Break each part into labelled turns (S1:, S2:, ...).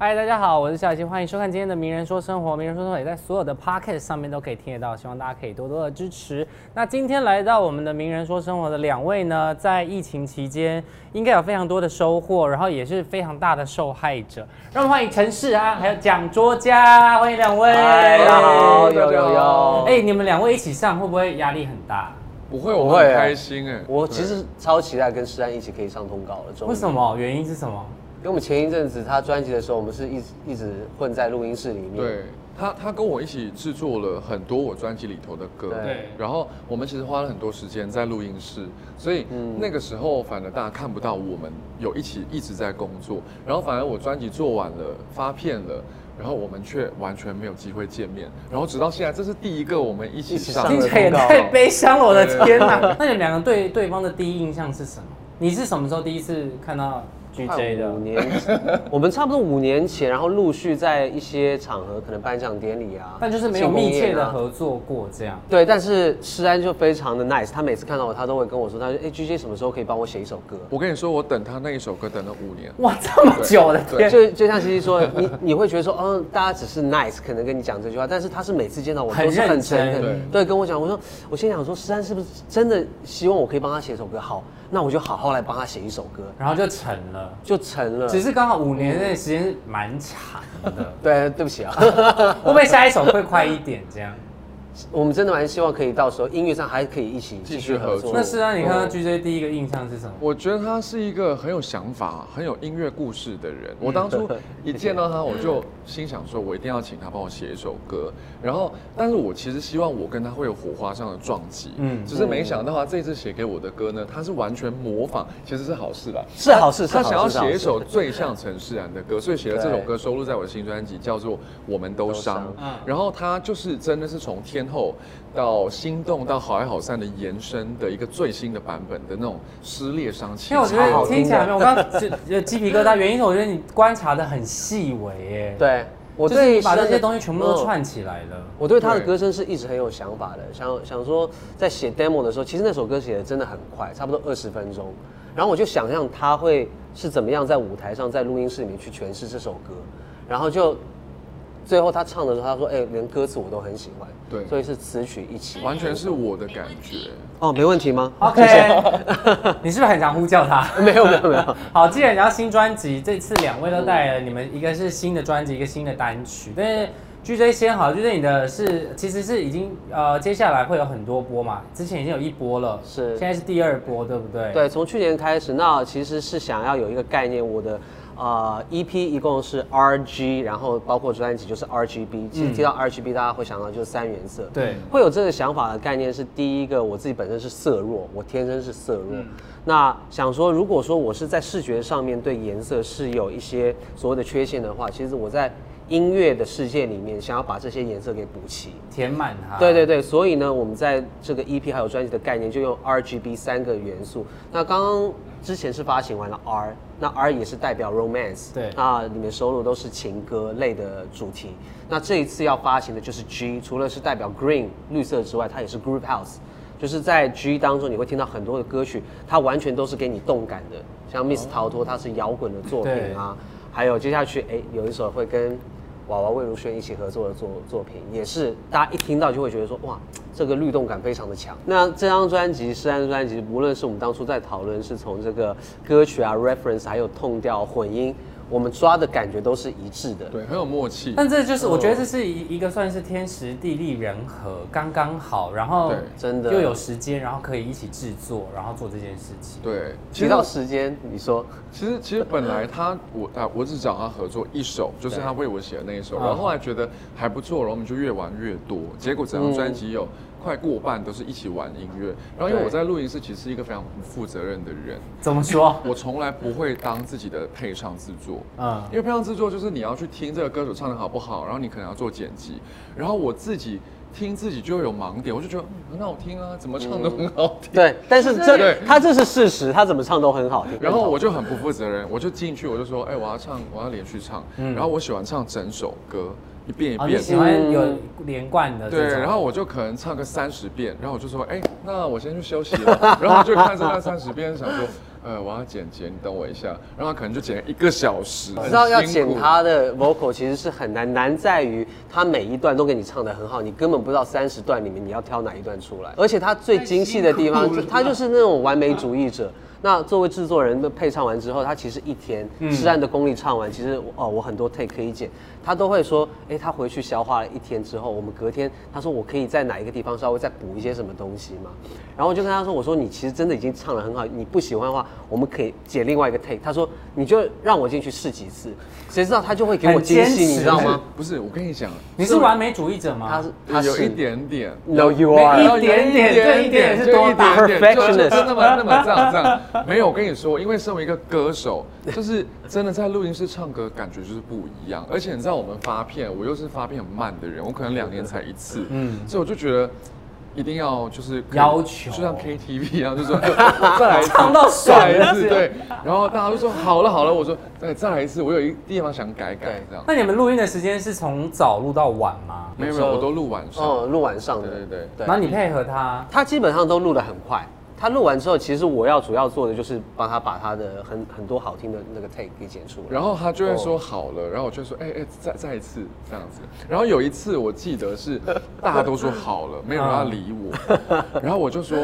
S1: 嗨，大家好，我是小溪，欢迎收看今天的《名人说生活》。《名人说生活》也在所有的 Pocket 上面都可以听得到，希望大家可以多多的支持。那今天来到我们的《名人说生活》的两位呢，在疫情期间应该有非常多的收获，然后也是非常大的受害者。让我们欢迎陈世啊安，还有蒋卓嘉，欢迎两位。
S2: 嗨，大家好，有有有。
S1: 哎、你们两位一起上会不会压力很大？
S3: 不会，
S2: 不
S3: 我
S2: 会
S3: 很
S2: 啊
S3: 开心哎。
S2: 我其实超期待跟诗安一起可以上通告了，终于
S1: 为什？么？原因是什么？
S2: 因为我们前一阵子他专辑的时候，我们是一直一直混在录音室里面。
S3: 对他，他跟我一起制作了很多我专辑里头的歌，
S1: 对
S3: 然后我们其实花了很多时间在录音室，所以
S2: 嗯
S3: 那个时候反而大家看不到我们有一起一直在工作，然后反而我专辑做完了，发片了。然后我们却完全没有机会见面，然后直到现在，这是第一个我们一起
S2: 一起
S3: 上
S2: 上
S3: 的
S1: 听
S2: 的
S1: 起来也
S2: 通告
S1: 太悲伤了，我的
S3: 对
S1: 天哪！ 那你们两个对对方的第一印象是什么？你是什么时候第一次看到 G
S2: 快
S1: J 的
S2: 五？ 年，我们差不多五年前，然后陆续在一些场合，可能颁奖典礼啊，
S1: 但就是没有密切的
S2: 合。
S1: 合作过这样。
S2: 对，但是诗安就非常的 nice，他每次看到我，他都会跟我说，他说：“哎，G J 什么时候可以帮我写一首歌
S3: 我跟你说，我等他那一首歌等了五年，
S1: 哇，这么久我的？”天！
S2: 就就像西西说，你 你会觉得说，嗯，大家只是 nice，可能跟你讲这句话，但是他是每次见到我
S1: 很
S2: 都是
S1: 认
S2: 很
S1: 真
S2: 诚恳，
S3: 对
S2: 对，跟我讲，我说，我心想说，诗安是不是真的希望我可以帮他写首歌？好，那我就好好来帮他写一首歌，
S1: 然后就成了，
S2: 就成了。
S1: 只是刚好五年内时间是蛮长的，
S2: 对，对不起啊，
S1: 会不会下一首会快一点这样？
S2: 我们真的蛮希望可以到时候音乐上还可以一起继续合
S3: 继续合作
S2: 作。哦
S1: 那是啊，你看到 G J 第一个印象是什么？
S3: 我觉得他是一个很有想法、很有音乐故事的人。我当初一见到他，我就心想说，我一定要请他帮我写一首歌。然后，但是我其实希望我跟他会有火花上的撞击。
S1: 嗯
S3: 嗯，只是没想到他这次写给我的歌呢，他是完全模仿，其实是好事啦。
S2: 是好事，是
S3: 他
S2: 好事。
S3: 想要
S2: 是好
S3: 写一
S2: 事
S3: 首最像陈势然的歌，所以写了这首歌收录在我的新专辑，叫做《我们都伤》
S2: 都。
S1: 伤
S3: 然后他就是真的是从天后到心动到好爱好散的延伸的一个最新的版本的那种撕裂伤情
S1: 因为我觉得
S2: 好
S1: 听起来
S2: 听的啊
S1: 没有，我刚刚就就鸡皮疙瘩。原因是我觉得你观察的很细微耶，，
S2: 对，我
S1: 就是
S2: 对
S1: 你把
S2: 诗
S1: 这
S2: 安
S1: 些
S2: 的
S1: 东西全部都
S2: 嗯
S1: 串起来了。
S2: 我对他的
S3: 对
S2: 歌声是一直很有想法的，想想说在写 demo 的时候，其实那首歌写的真的很快，差不多二十分钟。然后我就想象他会是怎么样在舞台上、在录音室里面去诠释这首歌，然后就最后他唱的时候，他说：“哎、连歌词我都很喜欢。”
S3: 对
S2: 所以是词曲一起。
S3: 完全是我的感觉。
S1: 嗯
S2: 哦，没问题吗
S1: OK，你 是不是很想呼叫他？
S2: 没有没有没有，
S1: 好，既然聊新专辑，这次两位都带来了你们一个是新的专辑，一个新的单曲。但是 GJ 先好，GJ 你的是其实是已经呃，接下来会有很多波嘛，之前已经有一波了，
S2: 是
S1: 现在是第二波，对不对？，
S2: 对，从去年开始，那其实是想要有一个概念，我的呃 EP 一共是 RG，然后包括专辑就是 RGB。其实提到 RGB，、大家会想到就是三原色。
S1: 嗯对
S2: 会有这个想法的概念是第一个，我自己本身是色弱，我天生是色弱。
S1: 嗯
S2: 那想说，如果说我是在视觉上面对颜色是有一些所谓的缺陷的话，其实我在音乐的世界里面，想要把这些颜色给补齐。
S1: 填满它。
S2: 对对对，所以呢，我们在这个 EP 还有专辑的概念就用 RGB 三个元素。那刚刚之前是发行完了 R，那 R 也是代表 romance，
S1: 对
S2: 那里面收录都是情歌类的主题。那这一次要发行的就是 G，除了是代表 green 绿色之外，它也是 group house。就是在 G 当中，你会听到很多的歌曲，它完全都是给你动感的，像 Miss 逃脱，它是摇滚的作品啊，还有接下去哎有一首会跟娃娃魏如萱一起合作的作作品，也是大家一听到就会觉得说，哇，这个律动感非常的强。那这张专辑、诗安专辑，无论是我们当初在讨论，是从这个歌曲啊、reference，还有痛调、混音，我们抓的感觉都是一致的。
S3: 对，很有默契。
S1: 但这就是我觉得这是一一个算是天时地利人和刚刚好，然后
S3: 对
S2: 真的
S1: 又有时间，然后可以一起制作，然后做这件事情。
S3: 对，其
S2: 提
S3: 实
S2: 到时间，你说
S3: 其实其实本来他我啊我只找他合作一首，就是他为我写的那一首，
S1: 嗯
S3: 然后后来觉得还不错，然后我们就越玩越多，结果整张专辑有快过半都是一起玩音乐。然后因为
S2: 对
S3: 我在录音室其实是一个非常不负责任的人，
S1: 怎么 说？
S3: 我从来不会当自己的配唱制作，
S1: 嗯，
S3: 因为配唱制作就是你要去听这个歌手唱的好不好，然后你可能要做剪辑，然后我自己听自己就有盲点，我就觉得、嗯很好听啊，怎么唱都很好听。
S2: 对，但是这
S3: 对
S2: 他这是事实，他怎么唱都很好听。
S3: 然后我就很不负责任，我就进去我就说，哎、我要唱，我要连续唱，
S2: 嗯
S3: 然后我喜欢唱整首歌，一遍一
S1: 哦，你
S3: 遍。
S1: 喜欢有连贯的
S3: 对，
S1: 这种，
S3: 然后我就可能唱 个三十遍，然后我就说，哎、那我先去休息了。然后我就看着那三十遍，想说，哎、呃，我要剪辑，你等我一下。然后他可能就剪了一个小时，
S2: 知道要
S3: 很辛
S2: 剪
S3: 苦
S2: 他的 vocal 其实是很难，难在于他每一段都给你唱的很好，你根本不知道三十段里面你要挑哪一段出来。而且他最精细的地方，就他就是那种完美主义者。那作为制作人的配唱完之后，他其实一天
S3: 嗯
S2: 《诗案的功力》唱完，其实哦，我很多 take 可以剪，他都会说，哎，他回去消化了一天之后，我们隔天他说我可以在哪一个地方稍微再补一些什么东西嘛，然后我就跟他说，我说你其实真的已经唱的很好，你不喜欢的话，我们可以剪另外一个 take。他说你就让我进去试几次，谁知道他就会给我
S1: 很
S2: 惊
S1: 坚
S2: 喜，
S1: 持
S2: 你知道
S3: 不是
S2: 吗？
S3: 不是，我跟你讲，
S1: 你是完美主义者吗？
S2: 他 是他
S3: 有
S2: 是
S3: 一点点。
S2: no you
S1: 没
S2: are
S1: 一点点这一点是多大
S3: 就一点点就
S2: Perfectionist
S3: 就那么那么这样这样。没有，我跟你说，因为身为一个歌手，就是真的在录音室唱歌，感觉就是不一样。而且你知道，我们发片，我又是发片很慢的人，我可能两年才一次，嗯，所以我就觉得。一定要就是可以
S1: 要求
S3: 就像 KTV 一样，就说 哎再来一次，
S1: 唱到爽啊
S3: 再来一
S1: 是
S3: 次，
S1: 不是
S3: 对。然后大家都说好了好了，我说再再来一次，我有一地方想改改
S2: 对
S3: 这样。
S1: 那你们录音的时间是从早录到晚吗？
S3: 没有没有，我都录晚上。
S1: 哦
S2: 嗯，录晚上的，
S3: 对对
S2: 对
S1: 然后你配合他，
S2: 他基本上都录得很快。他录完之后，其实我要主要做的就是帮他把他的很很多好听的那个 take 给剪出来。
S3: 然后他就会说好了，然后我就说哎哎、再再一次这样子。然后有一次我记得是大家都说好了，没有人要理 我，然后我就说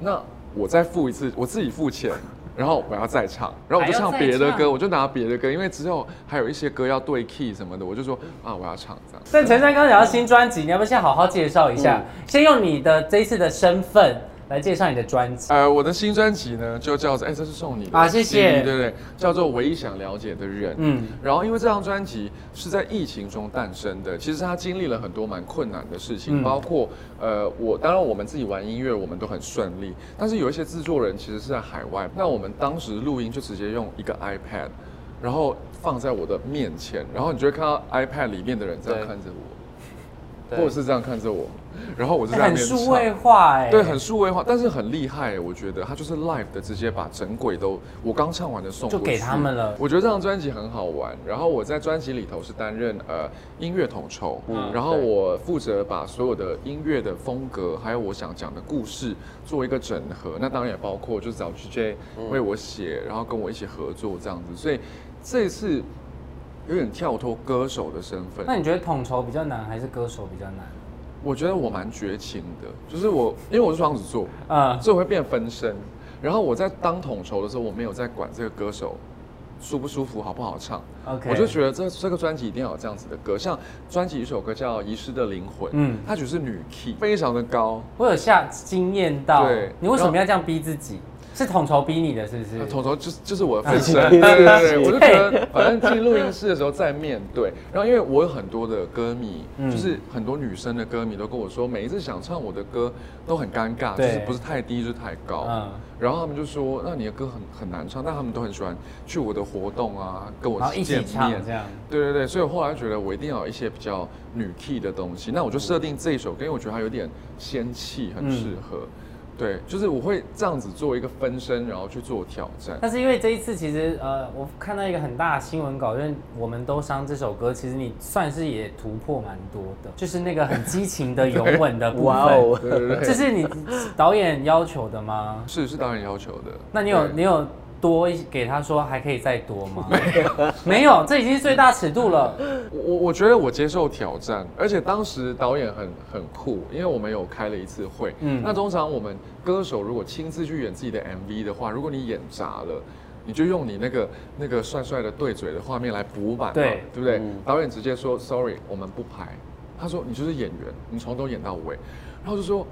S3: 那我再付一次，我自己付钱。然后我要再唱，然后我就唱别的
S1: 还要再
S3: 歌，
S1: 唱
S3: 我就拿别的歌，因为之后还有一些歌要对 key 什么的，我就说啊我要唱这样。
S1: 但陈珊刚刚讲到新专辑，你要不要先好好介绍一
S2: 嗯
S1: 下？先用你的这一次的身份来介绍你的专辑。
S3: 呃，我的新专辑呢就叫做，哎、这是送你的
S1: 啊谢谢
S3: CD 对不对？叫做《唯一想了解的人》。
S1: 嗯
S3: 嗯，然后因为这张专辑是在疫情中诞生的，其实它经历了很多蛮困难的事情，
S1: 嗯
S3: 包括呃，我当然我们自己玩音乐，我们都很顺利，但是有一些制作人其实是在海外，那我们当时录音就直接用一个 iPad，然后放在我的面前，然后你就会看到 iPad 里面的人这样
S2: 对
S3: 看着我，
S2: 对
S3: 或者是这样看着我，然后我就在那
S1: 很
S3: 边唱
S1: 数位化哎、
S3: 对，很数位化，但是很厉害，欸我觉得他就是 live 的，直接把整轨都我刚唱完的送
S1: 就
S3: 过去
S1: 给他们了
S3: 我觉得这张专辑很好玩，然后我在专辑里头是担任呃音乐统筹，
S1: 嗯
S3: 然后
S2: 对
S3: 我负责把所有的音乐的风格，还有我想讲的故事做一个整合。那当然也包括就是找 GJ
S1: 嗯
S3: 为我写，然后跟我一起合作这样子，所以这一次有点跳脱歌手的身份。
S1: 那你觉得统筹比较难，还是歌手比较难？
S3: 我觉得我蛮绝情的，就是我因为我是双子座。
S1: 嗯，
S3: 所以我会变分身。然后我在当统筹的时候，我没有在管这个歌手舒不舒服、好不好唱。
S1: 嗯 OK
S3: 我就觉得这这个专辑一定要有这样子的歌，像专辑有一首歌叫《遗失的灵魂》，
S1: 嗯
S3: 嗯，它只是女 key，非常的高。
S1: 我有下惊艳到
S3: 对，
S1: 你为什么要这样逼自己？是统筹逼你的，是不啊是？
S3: 统筹啊就是就是我的分 身，对对对对，我就觉
S1: 嘿
S3: 得反正进录音室的时候再面对。然后因为我有很多的歌迷，
S1: 嗯
S3: 就是很多女生的歌迷都跟我说，每一次想唱我的歌都很尴尬，
S1: 对
S3: 就是不是太低就是太高。
S1: 嗯
S3: 然后他们就说，那你的歌很很难唱，但他们都很喜欢去我的活动啊，跟我
S1: 然后一
S3: 见
S1: 起唱
S3: 面
S1: 这。样。
S3: 对对对，所以我后来觉得我一定要有一些比较女 key 的东西，那我就设定这一首歌，因为我觉得它有点仙气，很适合。
S1: 嗯
S3: 对，就是我会这样子做一个分身，然后去做挑战。
S1: 但是因为这一次，其实呃，我看到一个很大的新闻稿，就是《我们都伤》这首歌，其实你算是也突破蛮多的，就是那个很激情的、勇吻的部
S2: 哇哦
S1: 分，
S3: 对对
S1: 这
S3: 对，
S1: 是你导演要求的吗？
S3: 是是导演要求的。
S1: 那你有
S3: 对
S1: 你有多一给他说还可以再多吗？没有，没有，这已经是最大尺度了。
S3: 我我我觉得我接受挑战，而且当时导演很很酷，因为我们有开了一次会。
S1: 嗯
S3: 嗯，那通常我们歌手如果亲自去演自己的 MV 的话，如果你演砸了。你就用你那个那个帅帅的对嘴的画面来补满嘛，
S1: 对嗯
S3: 对不对？导演直接说 sorry，我们不拍。他说你就是演员，你从头演到尾。然后就说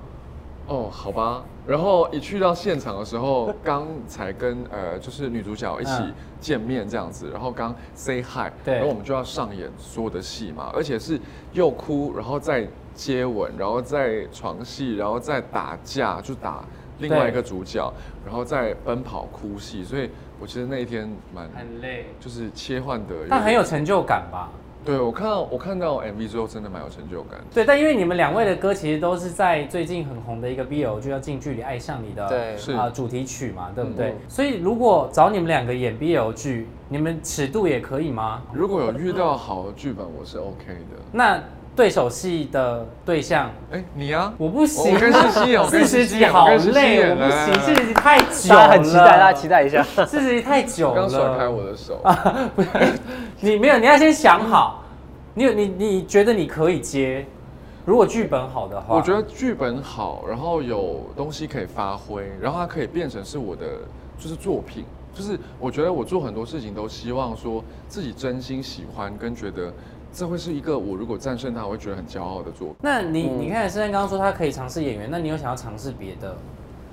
S3: 哦，好吧。然后一去到现场的时候，刚才跟呃就是女主角一起
S1: 嗯
S3: 见面这样子，然后刚 say hi，
S1: 对
S3: 然后我们就要上演所有的戏嘛，而且是又哭，然后再接吻，然后再床戏，然后再打架，就打另外一个主角，然后再奔跑哭戏，所以我其实那一天蛮
S1: 很累，
S3: 就是切换的，
S1: 但很有，成就感吧？
S3: 对我看到我看到 MV 之后真的蛮有成就感的。
S1: 对，但因为你们两位的歌其实都是在最近很红的一个 BL 剧叫《近距离爱上你》的，
S2: 对
S3: 是
S1: 啊、主题曲嘛，对不对？
S2: 嗯
S1: 所以如果找你们两个演 BL 剧，你们尺度也可以吗？
S3: 如果有遇到好的剧本，我是 OK 的。
S1: 那对手戏的对象。
S3: 哎，你啊，
S1: 我不行，
S3: 我跟西西，我跟
S1: 四
S3: 西
S1: 十
S3: 西
S1: 集好
S3: 我跟西西
S1: 累，我
S3: 演啊
S1: 不行，四
S3: 了
S1: 十集太久
S2: 大
S1: 了，
S2: 家很期待，大家期待一 下。
S1: 四十集太久
S3: 我
S1: 了。
S3: 刚甩开我的手，
S1: 不是，你没有，你要先想好，你有你你觉得你可以接，如果剧本好的话，
S3: 我觉得剧本好，然后有东西可以发挥，然后它可以变成是我的就是作品，就是我觉得我做很多事情都希望说自己真心喜欢跟觉得这会是一个我如果战胜它，我会觉得很骄傲的作品。
S1: 那你、你看，深圳刚刚说他可以尝试演员，那你有想要尝试别的，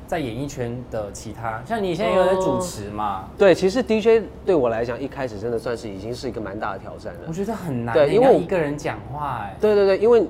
S1: 在演艺圈的其他，像你现在有
S3: 呃
S1: 在主持嘛？
S2: 对，其实 DJ 对我来讲，一开始真的算是已经是一个蛮大的挑战了
S1: 我。觉得很难、
S2: 对
S1: 欸，
S2: 因为
S1: 要
S2: 我
S1: 一个人讲话、欸，
S2: 对对对，因为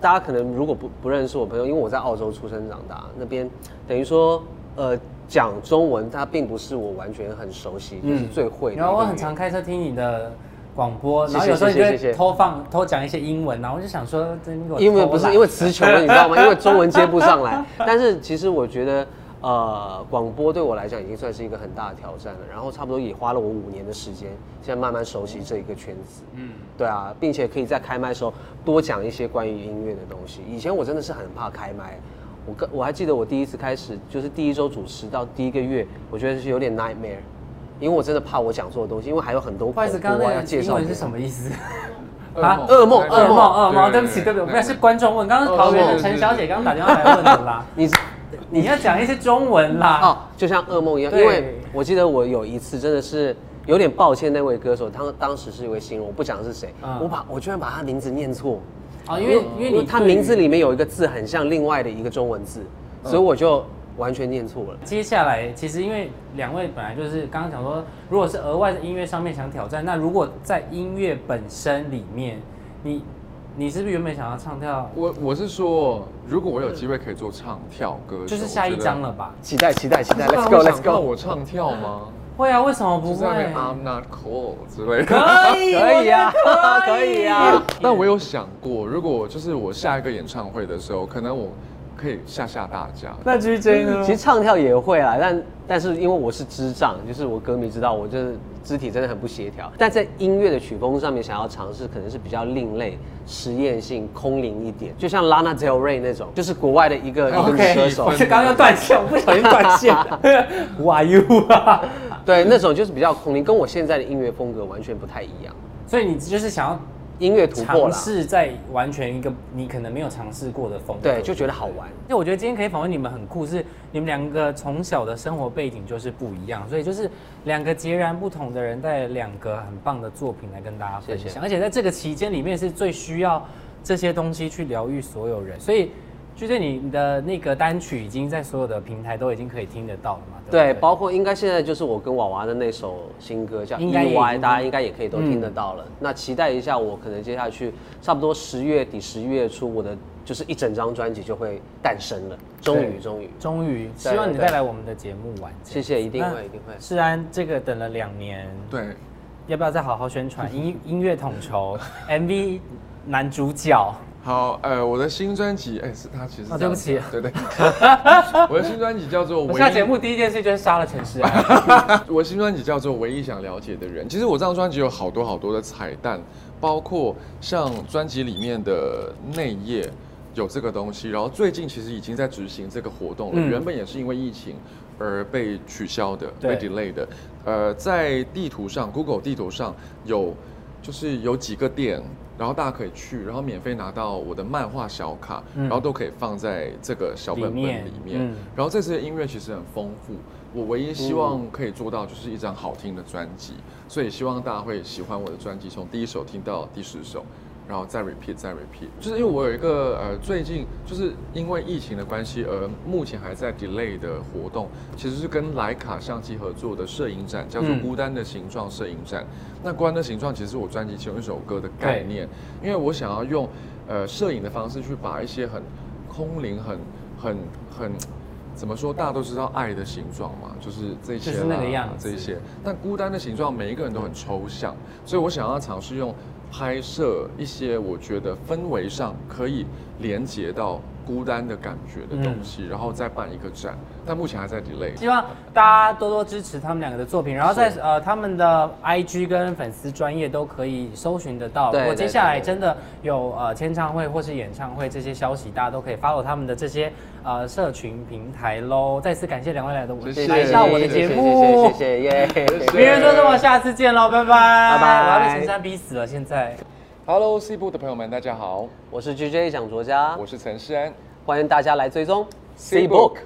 S2: 大家可能如果不不认识我朋友，因为我在澳洲出生长大，那边等于说呃讲中文，它并不是我完全很熟悉，就是最会的一个语言。
S1: 然后我很常开车听你的。广播，
S2: 谢谢
S1: 然后有时候你就
S2: 谢谢谢
S1: 会
S2: 谢
S1: 偷放、偷讲一些英文，然后我就啊想说，这英文
S2: 因为不是因为词穷了，你知道吗？因为中文接不上来。但是其实我觉得，呃，广播对我来讲已经算是一个很大的挑战了。然后差不多也花了我五年的时间，现在慢慢熟悉这一个圈子。嗯，对啊，并且可以在开麦的时候多讲一些关于音乐的东西。以前我真的是很怕开麦。我跟我还记得我第一次开始就是第一周主持到第一个月，我觉得是有点 nightmare，因为我真的怕我讲错的东西，因为还有很多
S1: 不好意思，
S2: 口播
S1: 刚刚
S2: 啊
S1: 那
S2: 要
S1: 个
S2: 介
S1: 英
S2: 绍
S1: 文
S2: 给
S1: 是什么意 思？
S2: 噩梦
S1: 啊噩梦，噩梦，哦
S3: 梦，
S1: 对不起，对不起，我们是观众问，刚刚桃园的陈小姐刚打电话来问的啦，
S2: 你。
S1: 你要讲一些中文啦。
S2: 哦，就像噩梦一样，
S1: 对
S2: 因为我记得我有一次真的是有点抱歉那位歌手，他当时是一位新人，我不讲是谁，
S1: 嗯
S2: 我把我居然把他名字念错，
S1: 哦，因为因为你嗯
S2: 他名字里面有一个字很像另外的一个中文字，所以我就完全念错了。
S1: 接下来其实因为两位本来就是刚刚讲说，如果是额外的音乐上面想挑战，那如果在音乐本身里面，你你是不是原本想要唱跳，
S3: 我我是说，如果我有机会可以做唱跳歌手，
S1: 就是下一张
S3: 了。
S1: 了吧？
S2: 期待期待期待
S3: 大家
S2: ，Let's
S3: 会
S2: go，Let's
S3: 想看
S2: go。
S3: 我唱跳吗？
S1: 会啊，为什么不
S3: 就是
S1: 会
S3: 在？那边 I'm not cool 之类的。
S1: 可以，
S2: 可以啊
S1: 我觉得
S2: 可以啊
S3: 但我有想过，如果就是我下一个演唱会的时候，可能我可以吓吓大家。
S1: 那 G J 呢？
S2: 其实唱跳也会啦，但但是因为我是智障，就是我歌迷知道我就是肢体真的很不协调，但在音乐的曲风上面想要尝试，可能是比较另类、实验性、空灵一点，就像 Lana Del Rey 那种，就是国外的一个一个
S3: OK
S2: 女歌手
S1: 我，刚刚要断线，我不小心断线了。Who are you 啊？
S2: 对，那种就是比较空灵，跟我现在的音乐风格完全不太一样，
S1: 所以你就是想要
S2: 音乐突破
S1: 尝
S2: 啦，
S1: 试在完全一个你可能没有尝试过的风格。
S2: 对，就觉得好玩。
S1: 就我觉得今天可以访问你们很酷，是你们两个从小的生活背景就是不一样，所以就是两个截然不同的人带了两个很棒的作品来跟大家分享，
S2: 谢谢
S1: 而且在这个期间里面是最需要这些东西去疗愈所有人，所以。就是你的那个单曲已经在所有的平台都已经可以听得到了嘛？不
S2: 对，包括应该现在就是我跟娃娃的那首新歌叫《
S1: 应该嗯也
S2: E Y》，
S1: 已经
S2: 大家应该也可以都听得到了。那期待一下，我可能接下去差不多十月底、十一月初，我的就是一整张专辑就会诞生了。终于，
S1: 对
S2: 终于，
S1: 终于，希望你
S2: 对
S1: 再来我们的节目玩。
S2: 谢谢，一定
S1: 那
S2: 会，一定会。
S1: 世安这个等了两年，
S3: 对，
S1: 要不要再好好宣 传音音乐统筹 MV 男主角？
S3: 好，呃，我的新专辑，哎，是他其
S1: 哦
S3: 实
S1: 对
S3: 是这
S1: 不
S3: 样
S1: 起
S3: 子的 对对， 我的新专辑叫做《
S1: 我
S3: 唯
S1: 下
S3: 一
S1: 节目第一件事就是杀了陈啊世 安。
S3: 我新专辑叫做《唯一想了解的人》。其实我这张专辑有好多好多的彩蛋，包括像专辑里面的内页有这个东西，然后最近其实已经在执行这个活动了。
S1: 嗯
S3: 原本也是因为疫情而被取消的、
S1: 对
S3: 被 delay 的。呃，在地图上，Google 地图上有就是有几个店。然后大家可以去，然后免费拿到我的漫画小卡，
S1: 嗯
S3: 然后都可以放在这个小本本
S1: 里
S3: 里
S1: 面
S3: 面。
S1: 嗯
S3: 然后这次的音乐其实很丰富，我唯一希望可以做到就是一张好听的专辑，所以希望大家会喜欢我的专辑，从第一首听到第十首。然后再 repeat 再 repeat，就是因为我有一个呃最近就是因为疫情的关系，而目前还在 delay 的活动，其实是跟徕卡相机合作的摄影展，叫做
S1: 嗯
S3: 《孤单的形状》摄影展。那《孤单的形状》其实是我专辑其中一首歌的概念，因为我想要用呃摄影的方式去把一些很空灵、很很很怎么说，大家都知道爱的形状嘛，就是这些啦，
S1: 就是那个样子
S3: 这些。但孤单的形状，每一个人都很抽象，所以我想要尝试用拍摄一些我觉得氛围上可以连接到。孤单的感觉的东西，然后再办一个展，但目前还在 delay。
S1: 希望大家多多支持他们两个的作品，然后在
S3: 是
S1: 呃他们的 IG 跟粉丝专业都可以搜寻得到。
S2: 对
S1: 如果接
S2: 对
S1: 下来
S2: 对
S1: 真的有呃签唱会或是演唱会这些消息，大家都可以 follow 他们的这些呃社群平台喽。再次感谢两位来的我
S3: 谢谢
S1: 来到我的节目
S2: 谢谢谢谢，谢谢耶！
S3: 谢
S1: 别人说什么，下次见喽，拜拜拜
S2: 拜
S1: 我要被陈珊逼死了，现在
S3: Hello C 部的朋友们，大家好，
S2: 我是 GJ 蒋卓佳
S3: 我，是陈世安。
S2: 欢迎大家来追踪
S3: C Book。